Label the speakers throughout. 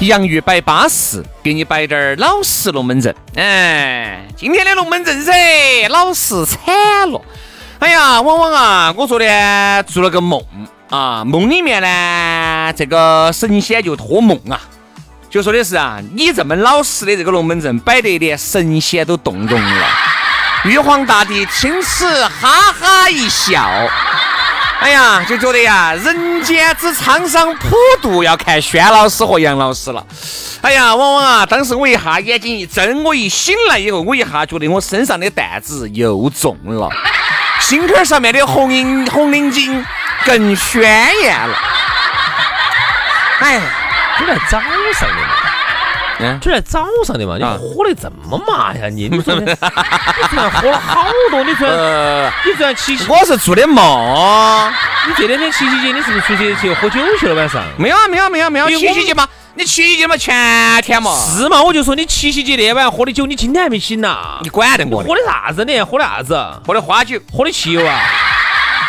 Speaker 1: 洋芋摆巴适，给你摆点儿老实龙门阵。哎，今天的龙门阵噻，老实惨了。哎呀，往往啊，我昨天做了个梦啊，梦里面呢，这个神仙就托梦啊，就说的是啊，你这么老实的这个龙门阵摆得连神仙都动容了。玉皇大帝听此哈哈一笑，哎呀，就觉得呀，人间之沧桑普渡要看轩老师和杨老师了。哎呀，往往啊，当时我一下眼睛一睁，我一醒来以后，我一下觉得我身上的担子又重了，心坎儿上面的红领红领巾更鲜艳了。哎，
Speaker 2: 今天早上的嘛，
Speaker 1: 嗯，
Speaker 2: 今天早上的嘛，你
Speaker 1: 啊
Speaker 2: 喝的这么嘛呀？你你昨 天你昨天喝了好多，你昨天
Speaker 1: 呃，
Speaker 2: 你昨天七夕，
Speaker 1: 我是做的梦。
Speaker 2: 你这两天七夕节你是不是出去去喝酒去了晚上？
Speaker 1: 没有啊，没有啊，没有啊，没有啊。
Speaker 2: 因为
Speaker 1: 七
Speaker 2: 我
Speaker 1: 夕节嘛，你七夕节嘛，前天嘛，
Speaker 2: 是嘛？我就说你七夕节那晚喝的酒，你今天还没醒呐？
Speaker 1: 你管得我的
Speaker 2: 喝？的啥子呢？喝的啥子？
Speaker 1: 喝的花酒，
Speaker 2: 喝的汽油啊？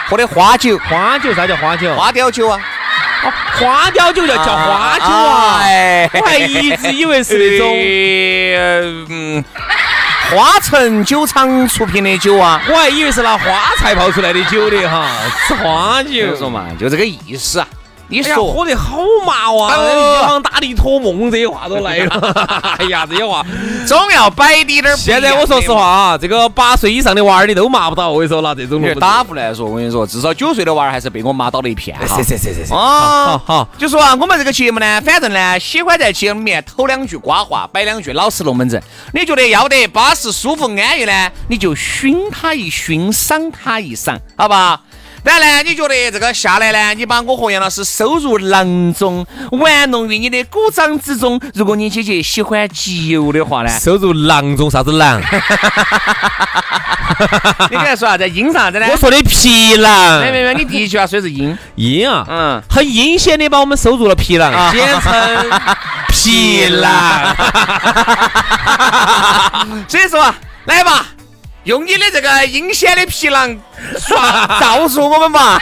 Speaker 1: 喝的花酒，
Speaker 2: 花酒啥叫花酒？
Speaker 1: 花雕酒啊，
Speaker 2: 哦花雕酒叫叫花酒啊！
Speaker 1: 哎
Speaker 2: 我还一直以为是那 种，
Speaker 1: 呃嗯，花城酒厂出品的酒啊。
Speaker 2: 我还以为是拿花菜泡出来的酒的哈，是花酒
Speaker 1: 就。说嘛，就这个意思啊。你
Speaker 2: 哎呀，
Speaker 1: 说
Speaker 2: 喝得好麻哇！
Speaker 1: 哦
Speaker 2: 玉皇大帝托梦这些话都来了，哎呀，这些 话。
Speaker 1: 总要摆低点儿不一样
Speaker 2: 现
Speaker 1: 的嘛。
Speaker 2: 在我说实话啊，这个八岁以上的娃儿你都麻不到，我跟你说拿这种
Speaker 1: 你这
Speaker 2: 路子
Speaker 1: 打不来说，我跟你说，至少九岁的娃儿还是被我妈倒了一片哈。
Speaker 2: 谁谁谁谁
Speaker 1: 啊
Speaker 2: 好好好
Speaker 1: 就说啊，我们这个节目呢，反正呢，喜欢在节目里面偷两句瓜话，摆两句老实龙门阵。你觉得要得巴适、舒服、安逸呢，你就熏他一熏，赏他一赏，好不好？当然呢，你觉得这个下来呢，你把我和杨老师收入囊中，玩弄于你的鼓掌之中。如果你姐姐喜欢集邮的话呢，
Speaker 2: 收入囊中啥子囊？
Speaker 1: 你刚才说啥子？阴啥子呢？
Speaker 2: 我说的皮囊
Speaker 1: 没，没没，你第一句话说的是阴，
Speaker 2: 阴啊，
Speaker 1: 嗯，
Speaker 2: 很阴险的把我们收入了皮啊囊，
Speaker 1: 简 称。
Speaker 2: 皮囊。
Speaker 1: 所以说啊，来吧，用你的这个阴险的皮囊刷罩住我们吧。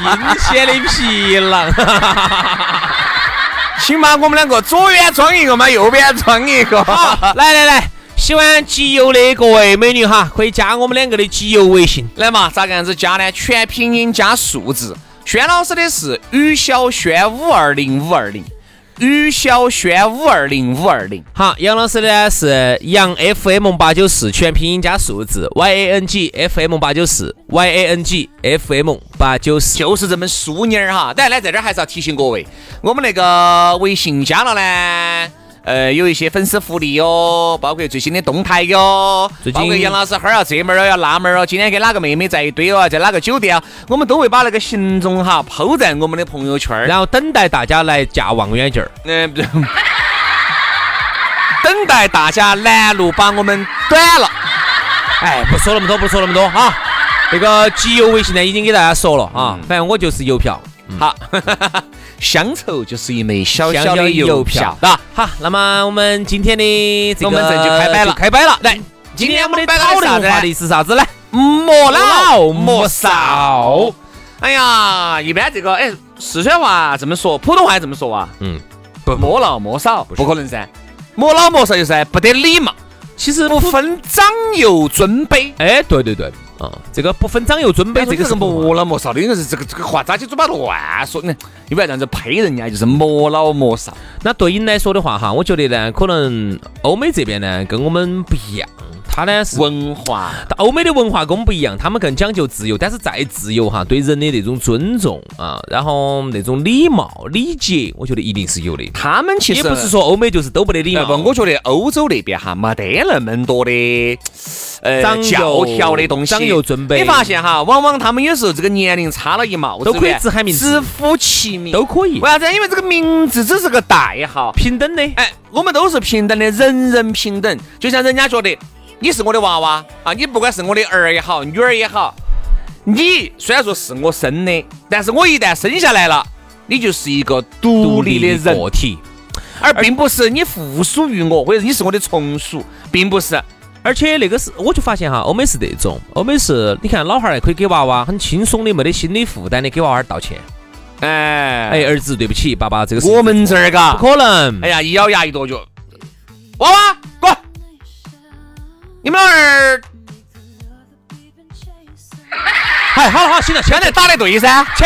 Speaker 2: 阴险的皮囊，
Speaker 1: 请把我们两个左边装一个嘛，右边装一个。
Speaker 2: 来来来，喜欢集邮的各位美女哈，可以加我们两个的集邮微信。
Speaker 1: 来嘛，咋个样子加呢？全拼音加数字。轩老师的是于小轩五二零五二零，于小轩五二零五二零。
Speaker 2: 好，杨老师呢是杨 FM 八九四，全拼音加数字 Y A N G F M 八九四 Y A N G F M 八九四。
Speaker 1: 就是这么淑妮儿哈。当然呢，在这儿还是要提醒各位，我们那个微信加了呢。呃，有一些粉丝福利哟，包括最新的动态哟，
Speaker 2: 最近
Speaker 1: 包括杨老师哈儿要这门儿哦，要那门儿哦，今天跟哪个妹妹在一堆哦，在哪个酒店啊，我们都会把那个行踪哈抛在我们的朋友圈儿，
Speaker 2: 然后等待大家来架望远镜儿。
Speaker 1: 嗯、不是等待大家拦路把我们短了。
Speaker 2: 哎，不说那么多，不说那么多啊。这个集邮微信呢已经给大家说了啊，反正我就是邮票。
Speaker 1: 好，乡愁就是一枚小
Speaker 2: 嗯小
Speaker 1: 小
Speaker 2: 小
Speaker 1: 的
Speaker 2: 的
Speaker 1: 邮
Speaker 2: 邮
Speaker 1: 票
Speaker 2: 票，
Speaker 1: 啊。
Speaker 2: 好，那么我们今天的这个
Speaker 1: 龙门阵就开摆了
Speaker 2: 就开摆了。嗯
Speaker 1: 来，
Speaker 2: 今天我们的
Speaker 1: 摆
Speaker 2: 讨
Speaker 1: 了啥
Speaker 2: 论
Speaker 1: 子
Speaker 2: 话
Speaker 1: 呢？
Speaker 2: 题是啥子呢？
Speaker 1: 莫老
Speaker 2: 老
Speaker 1: 莫
Speaker 2: 莫
Speaker 1: 少
Speaker 2: 少。
Speaker 1: 哎呀，一般这个哎，四川话这么说，普通话这么说啊？
Speaker 2: 嗯，
Speaker 1: 不，莫老莫少，不可能噻，莫老莫少就是不得礼貌，
Speaker 2: 其实
Speaker 1: 不
Speaker 2: 不分，
Speaker 1: 分长幼尊卑。
Speaker 2: 哎，对对对，啊，这个不分长幼尊卑，
Speaker 1: 这
Speaker 2: 这
Speaker 1: 个
Speaker 2: 个
Speaker 1: 是
Speaker 2: 是不。
Speaker 1: 莫老莫少的，应该是这个这个话扎起嘴巴乱说，你你不要这样子呸人家，就是莫老莫少。
Speaker 2: 那对应来说的话，哈，我觉得呢，可能欧美这边呢跟我们不一样，它呢是
Speaker 1: 文化，
Speaker 2: 欧美的文化跟我们不一样，他们更讲究自由，但是再自由哈，对人的那种尊重啊，然后那种礼貌、理解，我觉得一定是有的。
Speaker 1: 他们其实
Speaker 2: 也不是说欧美就是哎都不得礼
Speaker 1: 呃
Speaker 2: 貌，
Speaker 1: 不，我觉得欧洲那边哈没得那么多的呃
Speaker 2: 长
Speaker 1: 教
Speaker 2: 幼
Speaker 1: 条的东西，
Speaker 2: 长幼尊卑
Speaker 1: 你发现哈，往往他们有时候这个年龄差了一毛子
Speaker 2: 都可以
Speaker 1: 呢
Speaker 2: 自喊名字
Speaker 1: 直呼其名。
Speaker 2: 都可以
Speaker 1: 为，啥子？因为这个名字只是个代号。
Speaker 2: 平等的。
Speaker 1: 哎，我们都是平等的，人人平等。就像人家觉得你是我的娃娃啊，你不管是我的儿也好，女儿也好，你虽然说是我生的，但是我一旦生下来了，你就是一个独立的人，
Speaker 2: 个体，
Speaker 1: 而并不是你附属于我，或者你是我的从属，并不是。
Speaker 2: 而且那个是，我就发现哈，欧美是这种，欧美是，你看老汉儿可以给娃娃很轻松的，没得心理负担的给娃娃儿道歉，
Speaker 1: 哎
Speaker 2: 哎，儿子对不起，爸爸这个事
Speaker 1: 我们这儿
Speaker 2: 不
Speaker 1: 嘎，
Speaker 2: 可能，
Speaker 1: 哎呀，一咬牙一跺脚，娃娃滚！你们老儿
Speaker 2: 哎，好了好了，行了，现
Speaker 1: 刚
Speaker 2: 在
Speaker 1: 才打的对噻，去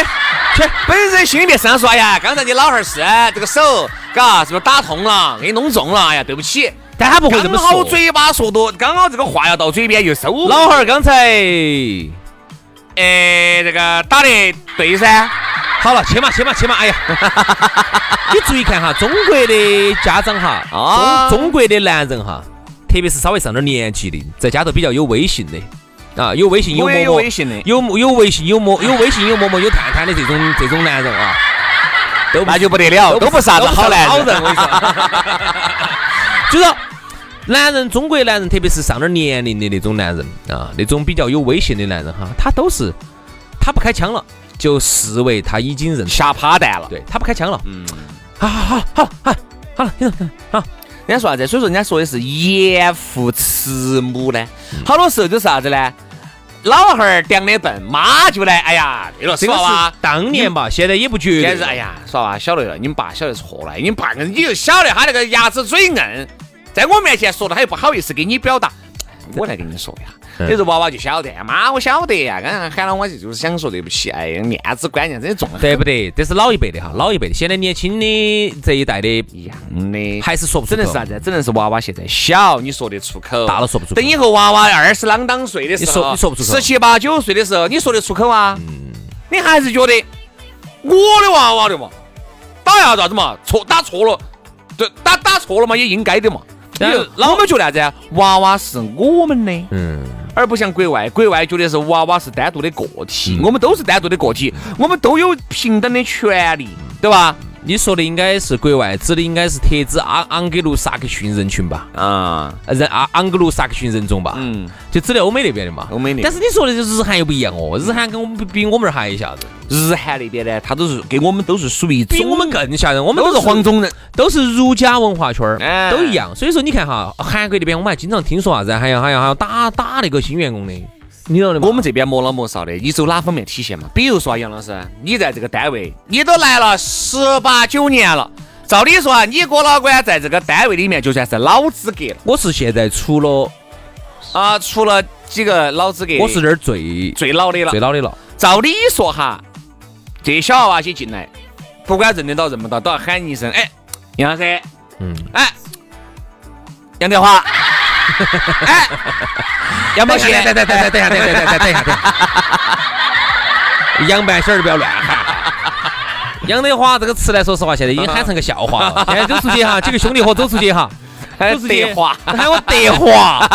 Speaker 1: 去，本身心里面是这样说，哎呀，刚才你老汉儿是这个手，嘎，是不是打痛了，给你弄中了，哎呀，对不起。
Speaker 2: 但他不会这
Speaker 1: 刚
Speaker 2: 么
Speaker 1: 好
Speaker 2: 说。
Speaker 1: 嘴巴说多，刚好这个话要到嘴边又收回。
Speaker 2: 老汉儿刚才，
Speaker 1: 哎，这个打的对噻，
Speaker 2: 好了，去嘛去嘛去嘛， 哎呀，你注意看哈，中国的家长哈，
Speaker 1: 啊
Speaker 2: 中中国的男人哈，特别是稍微上点儿年纪的，在家头比较有威信的，啊，有威信有
Speaker 1: 我也
Speaker 2: 默
Speaker 1: 有
Speaker 2: 默
Speaker 1: 微，信的，
Speaker 2: 有有微信有默有微信有默默有探探的这种这种男人啊，都不
Speaker 1: 那就不得了，都不是啥子好男
Speaker 2: 好
Speaker 1: 人。
Speaker 2: 人，我跟你说， 就是说男人，中国男人，特别是上点儿年龄的那种男人啊，那种比较有威信的男人哈，他都是他不开枪了，就视为他已经认错，
Speaker 1: 下趴蛋了。
Speaker 2: 对他不开枪了，
Speaker 1: 嗯，
Speaker 2: 好好好好好好了，行了行了
Speaker 1: 人家说啥子？所以说人家说的是严父慈母呢，好多时候就是啥子呢？老汉儿刁的笨，妈就来，哎呀，对了，是
Speaker 2: 这个
Speaker 1: 娃娃
Speaker 2: 是。当年吧，现在也不绝
Speaker 1: 现在
Speaker 2: 对
Speaker 1: 是哎呀，耍娃晓得了，你们爸晓得错了，你们爸硬，你就晓得他那个牙齿嘴硬，在我面前说了，他又不好意思给你表达。我来跟你说一下，
Speaker 2: 嗯
Speaker 1: 有时候娃娃就晓得，妈，我晓得呀，刚才喊了我就是想说对不起，哎呀，面子观念真的重很
Speaker 2: 对不对？这是老一辈的哈，老一辈的，现在年轻的这一代的
Speaker 1: 一样的。
Speaker 2: 还是说不出
Speaker 1: 只能
Speaker 2: 口
Speaker 1: 是啥子？只能是娃娃现在小，你说得出口；
Speaker 2: 大了说不出口
Speaker 1: 等以后娃娃二十啷当岁的时候，
Speaker 2: 你说你说不出口嗯
Speaker 1: 十七八九岁的时候，你说得出口啊？你还是觉得我的娃娃的嘛，打呀啥子嘛？错打错了，对，打打错了嘛，也应该的嘛。
Speaker 2: 然后
Speaker 1: 老我们觉得啥子啊？娃娃是我们的，
Speaker 2: 嗯，
Speaker 1: 而不像国外，国外觉得是娃娃是单独的个
Speaker 2: 嗯
Speaker 1: 体，我们都是单独的个体，我们都有平等的权利，对吧？
Speaker 2: 你说的应该是国外，指的应该是特指昂昂格鲁萨克逊人群吧？
Speaker 1: 啊，
Speaker 2: 人啊，昂格鲁萨克逊人种吧，
Speaker 1: 嗯，
Speaker 2: 就指的欧美那边的嘛。
Speaker 1: 欧美那边
Speaker 2: 但是你说的这日韩又不一样哦，日韩跟我们比比我们还一下子，
Speaker 1: 日韩那边呢，他都是给我们都是属于
Speaker 2: 比
Speaker 1: 中
Speaker 2: 我们更吓人。我们
Speaker 1: 都是黄，种人，
Speaker 2: 都是儒家文化圈
Speaker 1: 哎
Speaker 2: 儿，都一样。所以说你看哈，韩国那边我们还经常听说啥子，还要还要还要打打那个新员工的，你晓得吗？
Speaker 1: 我们这边磨老磨少的，你走哪方面体现嘛？比如说啊杨老师，你在这个单位，你都来了十八九年了，照理说啊，你哥老倌在这个单位里面就算是老资格了
Speaker 2: 我是现在除了
Speaker 1: 啊，除了几个老资格，
Speaker 2: 我是这儿最
Speaker 1: 最老的了
Speaker 2: 最。老的了，
Speaker 1: 照理说哈，这小娃娃些进来，不管认得到认不到，都要喊一声，哎，杨老师，
Speaker 2: 嗯，
Speaker 1: 哎，杨德 华，哎，杨
Speaker 2: 等
Speaker 1: 宝
Speaker 2: 一
Speaker 1: 贤
Speaker 2: 下，等等等等等一下等一下等一下等一下，杨半仙儿不要乱喊。 杨德华这个词来说实话，现在已经喊成个笑话了。现在走出去哈，几个兄弟伙走出去哈，
Speaker 1: 哎
Speaker 2: 走出去
Speaker 1: 德华
Speaker 2: 喊我德 华。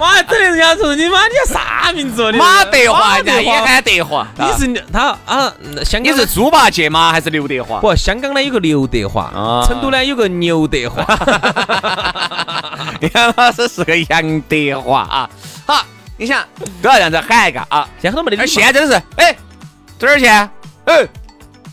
Speaker 2: 妈，真的人家说你妈，你叫啥名字哦？你
Speaker 1: 马德华，
Speaker 2: 马
Speaker 1: 人家
Speaker 2: 德
Speaker 1: 也
Speaker 2: 华，
Speaker 1: 喊德华，
Speaker 2: 你是他啊？香
Speaker 1: 你
Speaker 2: 港
Speaker 1: 是猪八戒吗？还是刘德华？
Speaker 2: 不？香港呢有个刘德华
Speaker 1: 啊，
Speaker 2: 成都呢有个牛德华。
Speaker 1: 杨老师是个杨德华啊！好，你想都要这样子喊一个啊！
Speaker 2: 现在都没得礼貌
Speaker 1: 而现在真的是，哎，多少钱？哎，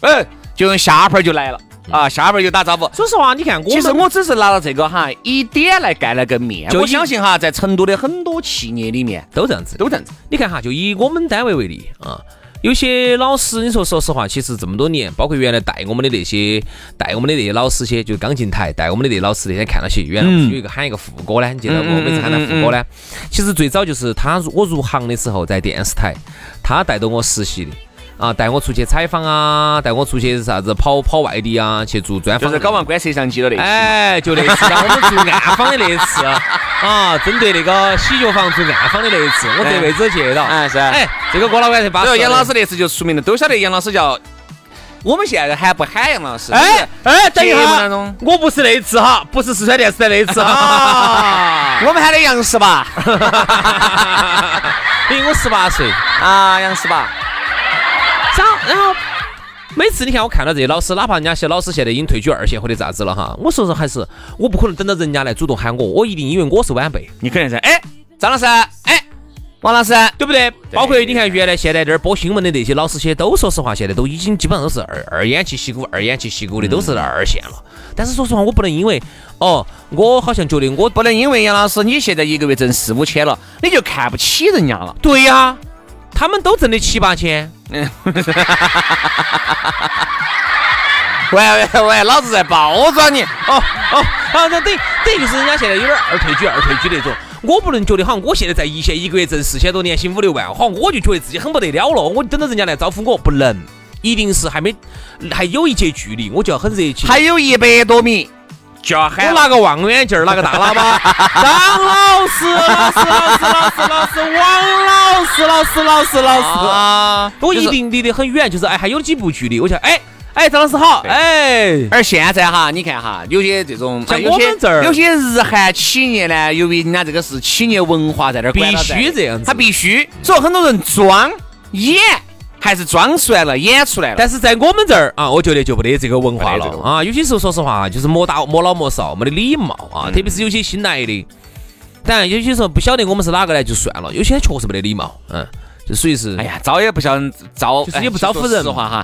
Speaker 1: 哎，就用下盘就来了
Speaker 2: 嗯
Speaker 1: 啊！下盘就打招呼。
Speaker 2: 说实话，你看我们
Speaker 1: 其实我只是拿了这个哈一点来盖了个面，
Speaker 2: 就
Speaker 1: 我
Speaker 2: 一
Speaker 1: 相信哈，在成都的很多企业里面
Speaker 2: 都这样子，
Speaker 1: 都这样子。
Speaker 2: 你看哈，就以我们单位为例啊，有些老师，你说说实话，其实这么多年，包括原来带我们的那些带我们的那些老师些，就是钢琴台带我们的那些老师，那天看到些，原来
Speaker 1: 嗯
Speaker 2: 不是有一个喊一个副歌呢？你记得不？每次喊他副歌呢，其实最早就是他我入行的时候在电视台，他带着我实习的。啊，带我出去采访啊，带我出去啥子跑跑外地啊，去做专
Speaker 1: 就
Speaker 2: 访
Speaker 1: 是
Speaker 2: 的。
Speaker 1: 搞完关摄像机了的。
Speaker 2: 哎，就那次，然后我们做暗访的那一 次啊，针对那个洗脚房做暗访的那一次，我这辈子去到。
Speaker 1: 哎是
Speaker 2: 哎，这个郭老板才巴
Speaker 1: 然后
Speaker 2: 适。
Speaker 1: 杨老师，那次就出名了，都晓得杨老师叫，我们现在还不喊杨老师。
Speaker 2: 哎哎，等一
Speaker 1: 节目当
Speaker 2: 下
Speaker 1: 中，
Speaker 2: 我不是那次哈，不是四川电视台那 次
Speaker 1: 啊
Speaker 2: 哈，，
Speaker 1: 我们喊的杨是吧？
Speaker 2: 因为我十八岁。
Speaker 1: 啊，杨是吧？
Speaker 2: 然后，然后每次你看我看到这些老师，哪怕人家些老师现在已经退居二线或者咋子了哈，我说说还是我不可能等到人家来主动喊我，我一定因为我是晚辈，
Speaker 1: 你肯定是哎，张老师，哎，王老师，
Speaker 2: 对不对？包括你看原来现在这儿播新闻的那些老师些，都说实话，现在都已经基本上都是二二眼去洗骨，二眼去洗骨的都是二线了。
Speaker 1: 嗯
Speaker 2: 但是说实话，我不能因为哦，我好像觉得我
Speaker 1: 不能因为杨老师你现在一个月挣四五千了，你就看不起人家了。
Speaker 2: 对呀、他们都挣的七八千，
Speaker 1: 喂喂喂，老子在包装你。
Speaker 2: 哦哦，啊，那等于等于就是人家现在有点二退居二退居那种。我不能觉得好像我现在在一线一个月挣四千多，年薪五六万，好像我就觉得自己很不得了了。我等到人家来招呼我，不能，一定是还没还有一截距离，我就要很热情。
Speaker 1: 还有一百多米，就要
Speaker 2: 我
Speaker 1: 喊
Speaker 2: 拿个望远镜儿，拿个大喇叭，张老师，老师，老师，老师，老师，王老师，老师，老师，老师。
Speaker 1: 啊！
Speaker 2: 我一
Speaker 1: 就是。
Speaker 2: 定离得很远，就是哎，还有几步距离，我想哎哎，张老师好，哎，
Speaker 1: 而现在哈，你看哈，有些这种
Speaker 2: 像
Speaker 1: 啊有
Speaker 2: 我们
Speaker 1: 些
Speaker 2: 这儿
Speaker 1: 有些日韩企业呢，由于人家这个是企业文化在这儿管到
Speaker 2: 必须这样子
Speaker 1: 他必须。所以很多人装演还是装出来了，演出来了。
Speaker 2: 但是在我们这儿啊，我觉得就没得这个文化
Speaker 1: 没得这
Speaker 2: 了
Speaker 1: 个文化
Speaker 2: 啊。有些时候，说实话，就是莫大莫老莫少，没得礼貌
Speaker 1: 嗯
Speaker 2: 啊。特别是有些新来的，当然有些时候不晓得我们是哪个呢，就算了。有些确实没得礼貌，嗯，就属于是
Speaker 1: 哎呀，招也不想招，
Speaker 2: 就是
Speaker 1: 哎
Speaker 2: 也不招呼
Speaker 1: 说
Speaker 2: 人
Speaker 1: 实话哈，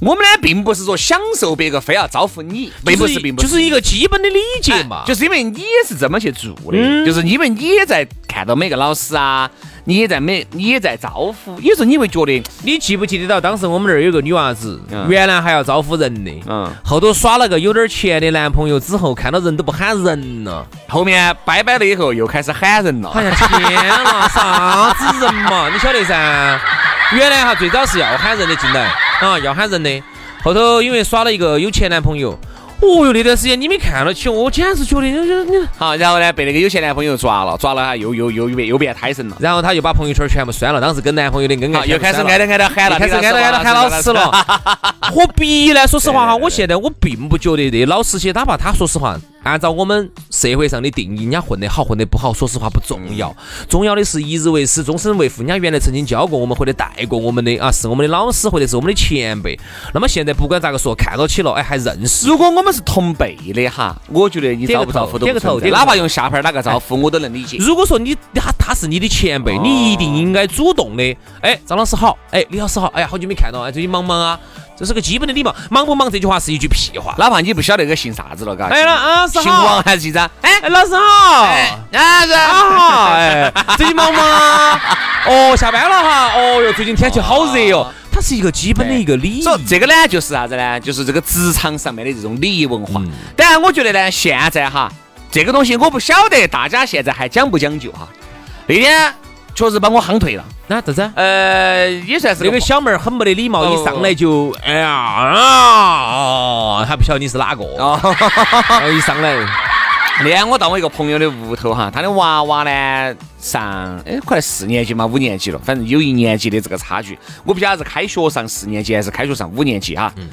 Speaker 1: 我们呢并不是说享受别个非要招呼你，并不，
Speaker 2: 就是是
Speaker 1: 并不哎
Speaker 2: 就是一个基本的礼节嘛
Speaker 1: 哎。
Speaker 2: 嗯
Speaker 1: 就是因为你也是这么去做的，就是因为你也在看到每个老师啊，你也在每你也在招呼，有时候你会觉得，
Speaker 2: 你记不记得到当时我们那儿有个女娃子
Speaker 1: 嗯，
Speaker 2: 原来还要招呼人的，
Speaker 1: 嗯，
Speaker 2: 后头耍了个有点钱的男朋友之后，看到人都不喊人了。
Speaker 1: 后面拜拜了以后又开始喊人了，
Speaker 2: 哎呀，天呐，啥子人嘛？你晓得噻？原来哈最早是要喊人的进来啊，要喊人的。后头因为耍了一个有钱男朋友，哦哟，那段时间你没看到起我，我简直觉得你你。
Speaker 1: 好，然后呢被那个有钱男朋友抓了，抓了哈又又又又变又变胎神了，
Speaker 2: 然后她又把朋友圈全部删了，当时跟男朋友的恩
Speaker 1: 好
Speaker 2: 爱
Speaker 1: 啊又开始挨
Speaker 2: 的。
Speaker 1: 着挨着喊了，
Speaker 2: 开始挨着挨着喊老
Speaker 1: 啊
Speaker 2: 师了， 何必呢？说实话哈，我现在我并不觉得这老师些，哪怕他说实话，按照我们社会上的定义，人家混得好混得不好，说实话不重要，重要的是一日为师，终身为父。人家原来曾经教过我们或者带过我们的啊，是我们的老师或者是我们的前辈。那么现在不管咋个说，看到起了，哎，还认识。
Speaker 1: 如果我们是同辈的哈，我觉得你
Speaker 2: 点
Speaker 1: 招
Speaker 2: 个
Speaker 1: 不招呼
Speaker 2: 头
Speaker 1: 都
Speaker 2: 点
Speaker 1: 不
Speaker 2: 个头
Speaker 1: 存
Speaker 2: 哎
Speaker 1: 在
Speaker 2: 点个
Speaker 1: 哪怕
Speaker 2: 头
Speaker 1: 用下盘儿打个招呼，我都能理解。
Speaker 2: 如果说你哦他他是你的前辈，你一定应该主动的，哎，张老师好，哎，李老师好，哎呀，好久没看到，哎，最近忙不忙啊，这是个基本的礼貌。忙不忙这句话是一句屁话。
Speaker 1: 哪怕你不晓得个姓啥子了，嘎，
Speaker 2: 哎，老老师
Speaker 1: 姓王
Speaker 2: 好，
Speaker 1: 还是姓啥？哎，
Speaker 2: 哎，老师好，
Speaker 1: 啊，是
Speaker 2: 啊哈，哎，最近忙吗？ 哦，下班了哈，哦哟，最近天气好热哟。它是一个基本的一个礼仪，
Speaker 1: 所以哦这个呢，就是啥子呢？就是这个职场上面的这种礼仪文化。
Speaker 2: 嗯
Speaker 1: 当然，我觉得呢，现在哈，这个东西我不晓得大家现在还讲不讲究哈。那天确实把我夯退了，
Speaker 2: 那咋子？
Speaker 1: 呃，也算是
Speaker 2: 那个
Speaker 1: 小
Speaker 2: 小妹儿很没得礼貌，
Speaker 1: 哦
Speaker 2: 一上来就哎呀啊，还不晓得你是哪个，
Speaker 1: 哦。
Speaker 2: 然后一上来，
Speaker 1: 那天我到我一个朋友的屋头哈，他的娃娃呢上哎快四年级嘛五年级了，反正有一年级的这个差距，我不晓得是开学上四年级还是开学上五年级哈。
Speaker 2: 嗯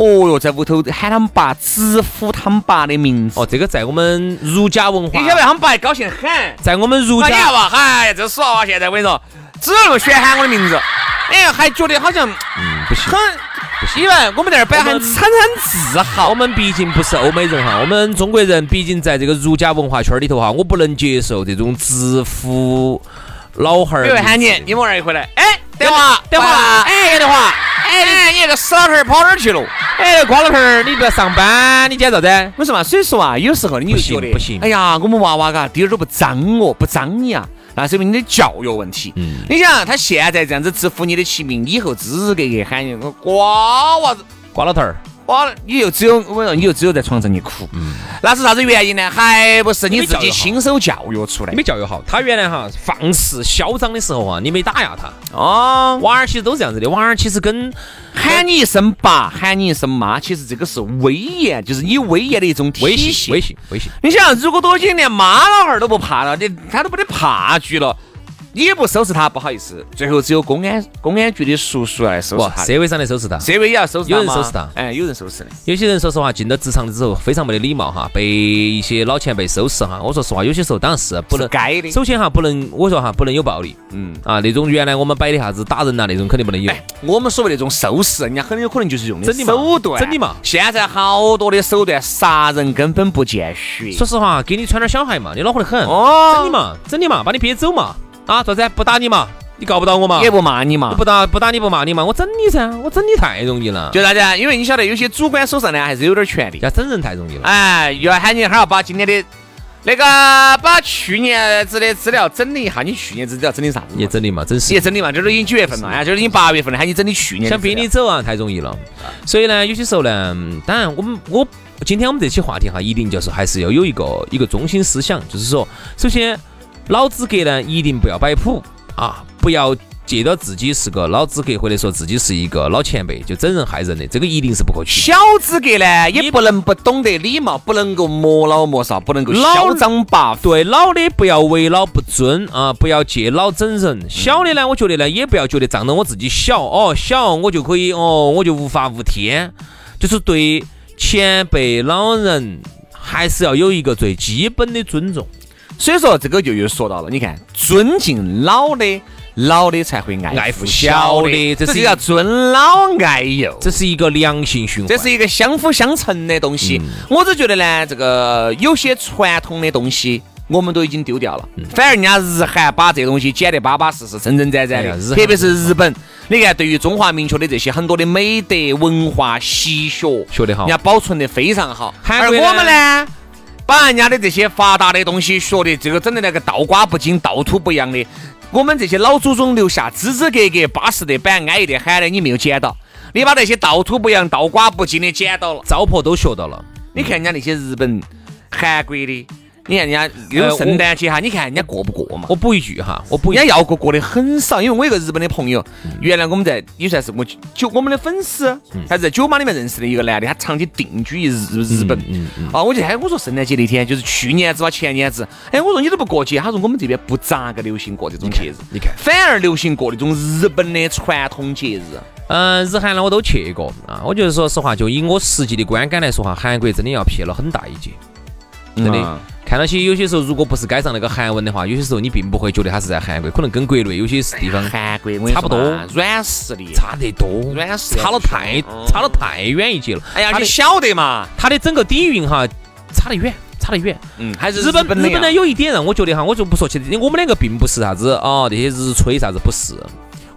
Speaker 1: 哦哟，在屋头喊他们爸，直呼他们爸的名字。
Speaker 2: 哦，这个在我们儒家文化
Speaker 1: 你，晓得他们爸还高兴得很。
Speaker 2: 在我们儒
Speaker 1: 哎
Speaker 2: 家
Speaker 1: 呀哇，嗨，这死娃娃现在我跟你说，只要那么喜欢喊我的名字，哎呀，还觉得好像
Speaker 2: 嗯不行。
Speaker 1: 很，因为我们在这儿摆很
Speaker 2: 我们
Speaker 1: 很很自豪
Speaker 2: 我。们毕竟不是欧美人哈，我们中国人毕竟在这个儒家文化圈里头哈，我不能接受这种直呼老汉儿
Speaker 1: 比
Speaker 2: 名字
Speaker 1: 如
Speaker 2: 的。
Speaker 1: 喊你，你们儿一回来，哎，等会儿，
Speaker 2: 等会儿
Speaker 1: 哎，杨德华，哎，你那个死老头儿跑哪儿去了？
Speaker 2: 哎，瓜老头儿，你不要上班，你今天咋子？
Speaker 1: 我说嘛，所以说啊，有时候你就觉得
Speaker 2: 不行不行
Speaker 1: 哎呀，我们娃娃嘎，滴点儿都不脏哦，不脏你啊。那说明你的教育问题。
Speaker 2: 嗯
Speaker 1: 你想啊，他现在这样子直呼你的其名，以后支支格格喊你个瓜娃子。
Speaker 2: 瓜老头儿，
Speaker 1: 哇！你就只有我跟你说，你就只有在床上你哭，那是啥子原因呢？还不是你自己亲手嗯教育出来
Speaker 2: 哎没教育好。他原来哈放肆嚣张的时候啊，你没打压他。
Speaker 1: 哦。
Speaker 2: 娃儿其实都是这样子的，娃儿其实跟
Speaker 1: 喊你一声爸，喊你一声妈，其实这个是威严，就是你威严的一种体
Speaker 2: 威
Speaker 1: 现
Speaker 2: 胁、威胁、威胁。
Speaker 1: 你想，如果多些连妈老汉儿都不怕了，你他都不得怕局了，你也不收拾他，不好意思，最后只有公安公安局的叔叔来收拾
Speaker 2: 哇，
Speaker 1: 他的。
Speaker 2: 社会上的收拾他。
Speaker 1: 社会也要收拾他
Speaker 2: 有人
Speaker 1: 吗
Speaker 2: 收拾他
Speaker 1: 哎，有人收拾的。
Speaker 2: 有些人说实话，进到职场之后非常没得礼貌哈，被一些老前辈收拾哈。我说实话，有些时候当然是啊不能
Speaker 1: 是该的
Speaker 2: 首先哈，不能我说哈，不能有暴力
Speaker 1: 嗯，
Speaker 2: 啊，那种原来我们摆的啥子打人呐、那种肯定不能有。
Speaker 1: 哎，我们所谓那种收拾，人家很有可能就是用的
Speaker 2: 真的嘛
Speaker 1: 手段，
Speaker 2: 真的嘛
Speaker 1: 现在好多的手段，杀人根本不见血。
Speaker 2: 说实话，给你穿点小鞋嘛，你恼火得很。
Speaker 1: 哦
Speaker 2: 真的嘛，真的嘛，把你撇走嘛。啊，咋子？不打你嘛？你告不到我嘛？
Speaker 1: 也不骂你嘛。
Speaker 2: 不打不打你不骂你嘛？我整你噻，我整你太容易了，
Speaker 1: 就大家，因为你晓得，有些主管手上呢还是有点权利。
Speaker 2: 要整人太容易了。
Speaker 1: 哎，又要喊你哈儿把今天的那个把去年子的资料整理一下，你去年子资料整理啥子嘛？
Speaker 2: 也真的嘛，真是
Speaker 1: 也。整理嘛，这都已经九月份了，哎，这都已经八月份了，喊你整理去年的
Speaker 2: 想
Speaker 1: 资料。
Speaker 2: 逼你走啊，太容易了。所以呢，有些时候呢，嗯当然我们我今天我们这期话题哈，一定就是还是要有一个一个中心思想，就是说，首先老资格呢一定不要摆谱啊，不要。觉得自己是个老资格，或者说自己是一个老前辈，就整人害人的，这个一定是不可取的。
Speaker 1: 小资格呢，也不能不懂得礼貌，不能够磨老磨少，不能够
Speaker 2: 老
Speaker 1: 嚣张跋扈。
Speaker 2: 对老的不要为老不尊啊，不要借老整人。小的呢，我觉得呢，也不要觉得仗着我自己小哦，小我就可以哦，我就无法无天。就是对前辈老人，还是要有一个最基本的尊重。
Speaker 1: 所以说这个就又说到了，你看，尊敬老的，老的才会爱
Speaker 2: 爱
Speaker 1: 护
Speaker 2: 护
Speaker 1: 小
Speaker 2: 小
Speaker 1: 的，
Speaker 2: 的
Speaker 1: 这
Speaker 2: 这
Speaker 1: 是
Speaker 2: 是
Speaker 1: 叫尊老爱幼。
Speaker 2: 这是一个良性循环。嗯
Speaker 1: 这是一个相辅相成的东西。我只觉得呢，这个有些传统的东西。我们都已经丢掉
Speaker 2: 嗯
Speaker 1: 了，反而人家日韩把这东西剪得巴巴适适、真真展展
Speaker 2: 哎呀日
Speaker 1: 的，
Speaker 2: 韩
Speaker 1: 特别是日本，你看对于中华民族的这些很多的美德文化习学，
Speaker 2: 学得好
Speaker 1: 人家保存得非常好。
Speaker 2: 韩
Speaker 1: 而
Speaker 2: 国呢
Speaker 1: 我们呢，把人家的这些发达的东西学的这个整的那个倒瓜不经、倒土不扬的，我们这些老祖宗留下支支格格、巴适的板、安逸的喊的，你没有捡到。你把那些倒土不扬、倒瓜不经的捡到了。
Speaker 2: 糟粕都学到了。
Speaker 1: 你看人家那些日本、韩国的，你看人
Speaker 2: 呃
Speaker 1: 家有圣诞节哈，你看人家过不过嘛？
Speaker 2: 我补一句哈，我补一
Speaker 1: 人家
Speaker 2: 句，
Speaker 1: 要过过得很少，因为我有个日本的朋友，
Speaker 2: 嗯
Speaker 1: 原来我们在也算是我就我们的粉丝，他是在酒吧里面认识的一个男的，他长期定居于日日本。
Speaker 2: 嗯
Speaker 1: 啊，我就喊我说圣诞节那天就是去年子吧，前年子，哎，我说你都不过节，他说我们这边不咋个流行过这种节日，
Speaker 2: 你看
Speaker 1: 反而流行过那种日本的传统节日。
Speaker 2: 嗯，日韩呢我都去过啊。我觉得说实话，就以我实际的观感来说哈，韩国真的要撇了很大一截。真的
Speaker 1: 嗯。
Speaker 2: 看到起有些时候，如果不是街上那个韩文的话，有些时候你并不会觉得他是在韩国，可能跟国内有些地方
Speaker 1: 韩国我跟你说
Speaker 2: 差不多
Speaker 1: 嘛软实力，
Speaker 2: 差得多，
Speaker 1: 软实力
Speaker 2: 差了太
Speaker 1: 嗯
Speaker 2: 差了太远一截了。
Speaker 1: 哎呀，
Speaker 2: 他
Speaker 1: 你
Speaker 2: 的
Speaker 1: 晓得嘛？
Speaker 2: 他的整个底蕴哈，差得远，差得远。
Speaker 1: 嗯，还是
Speaker 2: 日本日本
Speaker 1: 的
Speaker 2: 呢
Speaker 1: 呀
Speaker 2: 有一点让我觉得哈，我就不说其他，我们两个并不是啥子哦，那些日吹啥子不是，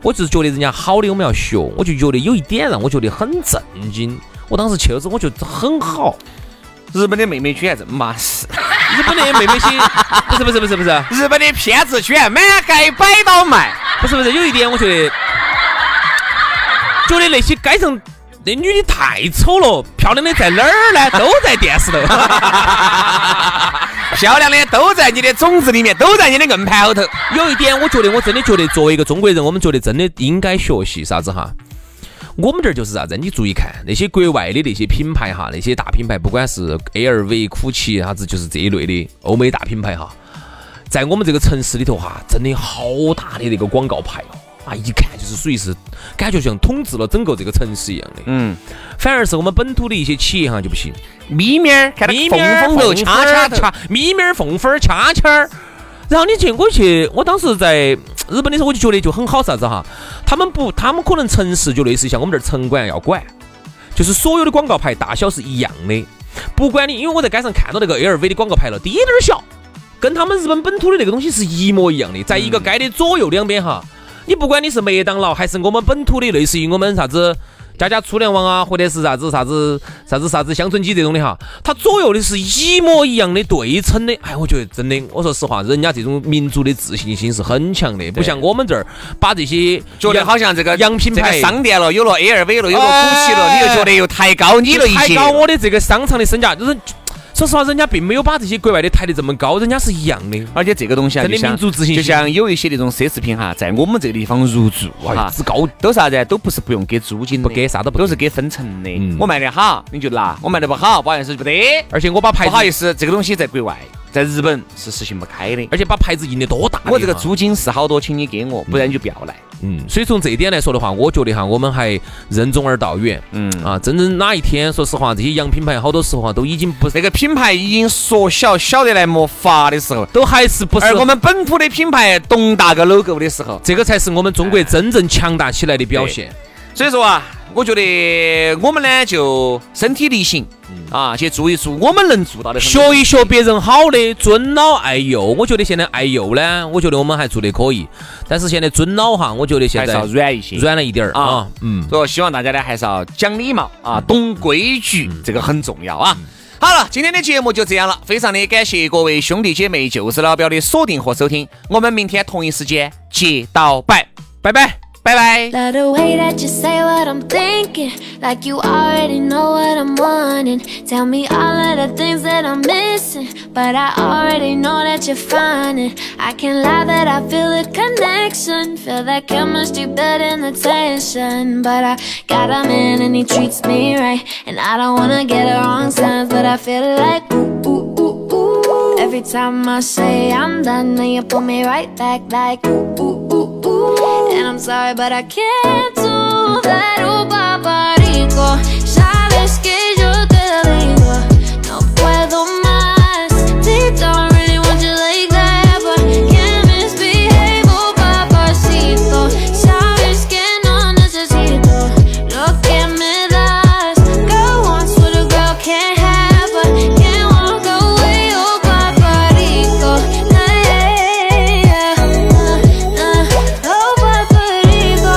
Speaker 2: 我只是觉得人家好的我们要学，我就觉得有一点让我觉得很震惊。我当时去了之后，我觉得很好。
Speaker 1: 日本的妹妹居然这么巴 适，
Speaker 2: 日本的妹妹些不是不是不是不是
Speaker 1: 日本的片子居然满街摆到卖。
Speaker 2: 不是不是，有一点我觉得，觉得那些街上那女的太丑了，漂亮的在哪儿呢？都在电视头。
Speaker 1: 漂亮的都在你的种子里面，都在你的硬盘后头。
Speaker 2: 有一点，我觉得我真的觉得，作为一个中国人，我们觉得真的应该学习啥子哈？我们这儿就是啥子？你注意看那些国外的那些品牌哈，那些大品牌，不管是 LV、古奇啥子，就是这一类的欧美大品牌哈，在我们这个城市里头哈，真的好大的那个广告牌哦，啊，一看就是属于是感觉像统治了整个这个城市一样的。
Speaker 1: 嗯，
Speaker 2: 反而是我们本土的一些企业哈就不行，
Speaker 1: 咪咪儿，看
Speaker 2: 咪
Speaker 1: 那
Speaker 2: 咪儿、
Speaker 1: 凤头、掐掐头，
Speaker 2: 掐，咪咪儿、凤粉儿、掐掐儿。然后你去，我去，我当时在日本的时候，我就觉得就很好啥子哈，他们不，他们可能城市就类似于像我们这儿城管要管，就是所有的广告牌大小是一样的，不管你，因为我在街上看到那个 LV 的广告牌了，滴点儿小，跟他们日本本土的那个东西是一模一样的，在一个街的左右两边哈，你不管你是麦当劳还是我们本土的，类似于我们啥子。家家粗粮王啊，或者是啥子啥子啥子啥子乡村鸡这种的哈，他左右的是一模一样的对称的。哎，我觉得真的，我说实话，人家这种民族的自信心是很强的，不像我们这儿把这些
Speaker 1: 觉得
Speaker 2: 洋
Speaker 1: 好像这个
Speaker 2: 洋品
Speaker 1: 这个
Speaker 2: 牌
Speaker 1: 商店了，有了 LV 了，有了
Speaker 2: 哎
Speaker 1: GUCCI 了，你就觉得又抬高你了一
Speaker 2: 抬
Speaker 1: 截。
Speaker 2: 高我的这个商场的身价，就是说实话，人家并没有把这些国外的抬得这么高，人家是一样的。
Speaker 1: 而且这个东西啊，
Speaker 2: 真的
Speaker 1: 就像
Speaker 2: 民族自信心
Speaker 1: 就像有一些那种奢侈品哈，在我们这个地方入驻
Speaker 2: 哇，
Speaker 1: 哈，
Speaker 2: 之高
Speaker 1: 都啥子啊？都不是不用给租金的，
Speaker 2: 哎不给啥都不给
Speaker 1: 都是给分成的
Speaker 2: 嗯。
Speaker 1: 我卖得好你就拿，我卖得不好，不好意思就不得。
Speaker 2: 而且我把牌
Speaker 1: 不
Speaker 2: 子，
Speaker 1: 好意思，这个东西在国外，在日本是实行不开的。
Speaker 2: 而且把牌子印得多大的哈。
Speaker 1: 我这个租金是好多，请你给我，不然你就不要来。
Speaker 2: 嗯，所以从这一点来说的话，我觉得哈，我们还任重而道远。
Speaker 1: 嗯
Speaker 2: 啊，真正哪一天，说实话，这些洋品牌好多时候啊，都已经不是，
Speaker 1: 那个品牌已经缩小，小得来没法的时候，
Speaker 2: 都还是不是
Speaker 1: 而我们本土的品牌东大个 logo 的时候，
Speaker 2: 这个才是我们中国真正强大起来的表现。
Speaker 1: 所以说啊，我觉得我们呢就身体力行啊，去做一做我们能做到的。
Speaker 2: 嗯学一学别人好的，尊老爱幼。我觉得现在爱幼呢，我觉得我们还做得可以，但是现在尊老哈，我觉得现
Speaker 1: 还是要
Speaker 2: 在
Speaker 1: 软一些，
Speaker 2: 软了一点儿
Speaker 1: 啊
Speaker 2: 啊。嗯，
Speaker 1: 所以希望大家呢还是要讲礼貌啊，懂规矩，
Speaker 2: 嗯
Speaker 1: 这个很重要啊。好了，今天的节目就这样了，非常的感谢各位兄弟姐妹、就是老表的锁定和收听，我们明天同一时间接到拜，拜拜，拜拜。
Speaker 3: Love the way that you say what I'm thinking, like you already know what I'm wanting. Tell me all of the things that I'm missing, but I already know that you're finding. I can lie that I feel the connection, feel that chemistry building the tension. But I got a man and he treats me right, and I don't wanna get the wrong signs, but I feel like ooh ooh ooh ooh. Every time I say I'm done, then you pull me right back like ooh ooh ooh ooh. And I'm sorry, but I can't do that. Oh, paparico, sabes que yo te digo, no puedo más. They don't really want you like that, but can't misbehave. Oh, papacito, sabes que no necesito lo que me das. Girl wants what a girl can't have, but can't walk away. Oh, paparico, nah, yeah, yeah, yeah, nah, nah. Oh, paparico,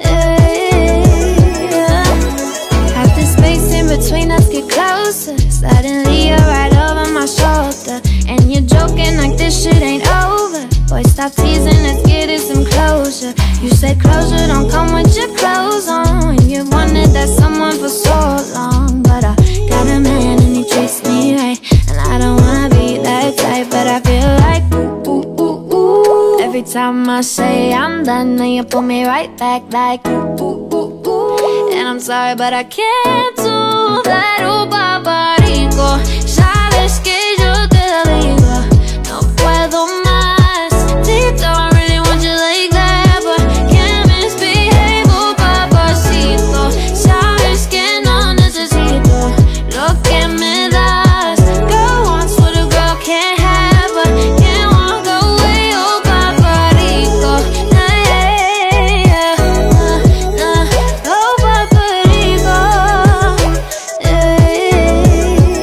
Speaker 3: yeah, yeah. Have the space in between us get closer. Suddenly you're right over my shoulder. And you're joking like this shit ain't over. Boy, stop teasing, let's get it some closure. You said closure don't come with your clothes on. And you wanted that someone for so long. But I got a man and he treats me right. And I don't wanna be that type, but I feel like ooh, ooh, ooh, ooh. Every time I say I'm done, then you pull me right back like ooh, ooh, ooh ooh. And I'm sorry, but I can't do that. Oh, paparico, sabes que yo te digo, no puedo más. They don't really want you like that, but can't misbehave. Oh, papacito, sabes que no necesito lo que me das. Girl wants what a girl can't have, but can't walk away. Oh, paparico, nah, yeah, yeah, yeah, nah, nah. Oh, paparico, yeah,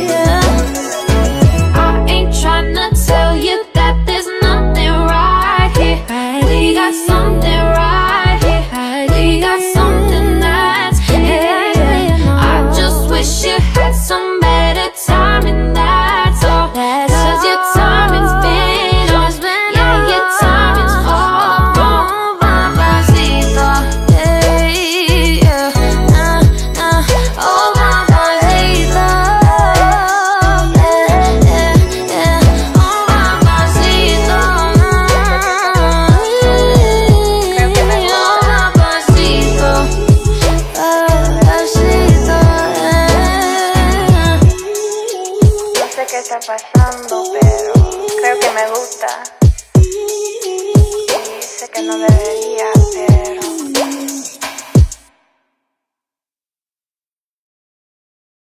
Speaker 3: yeah. I ain't tryna tell you that there's nothing right here. We got something right here. We got something that's here. I just wish you had some better time, and that's all. Cause your timing's been off. Yeah, your timing's off. Oh, Mamacita. Hey, yeah. Nah, nah. Oh, Mamacita. Yeah, yeah, yeah. Oh, Mamacita. Oh, Mamacita.
Speaker 4: No sé qué está pasando, pero creo que me gusta. Y sé que no debería.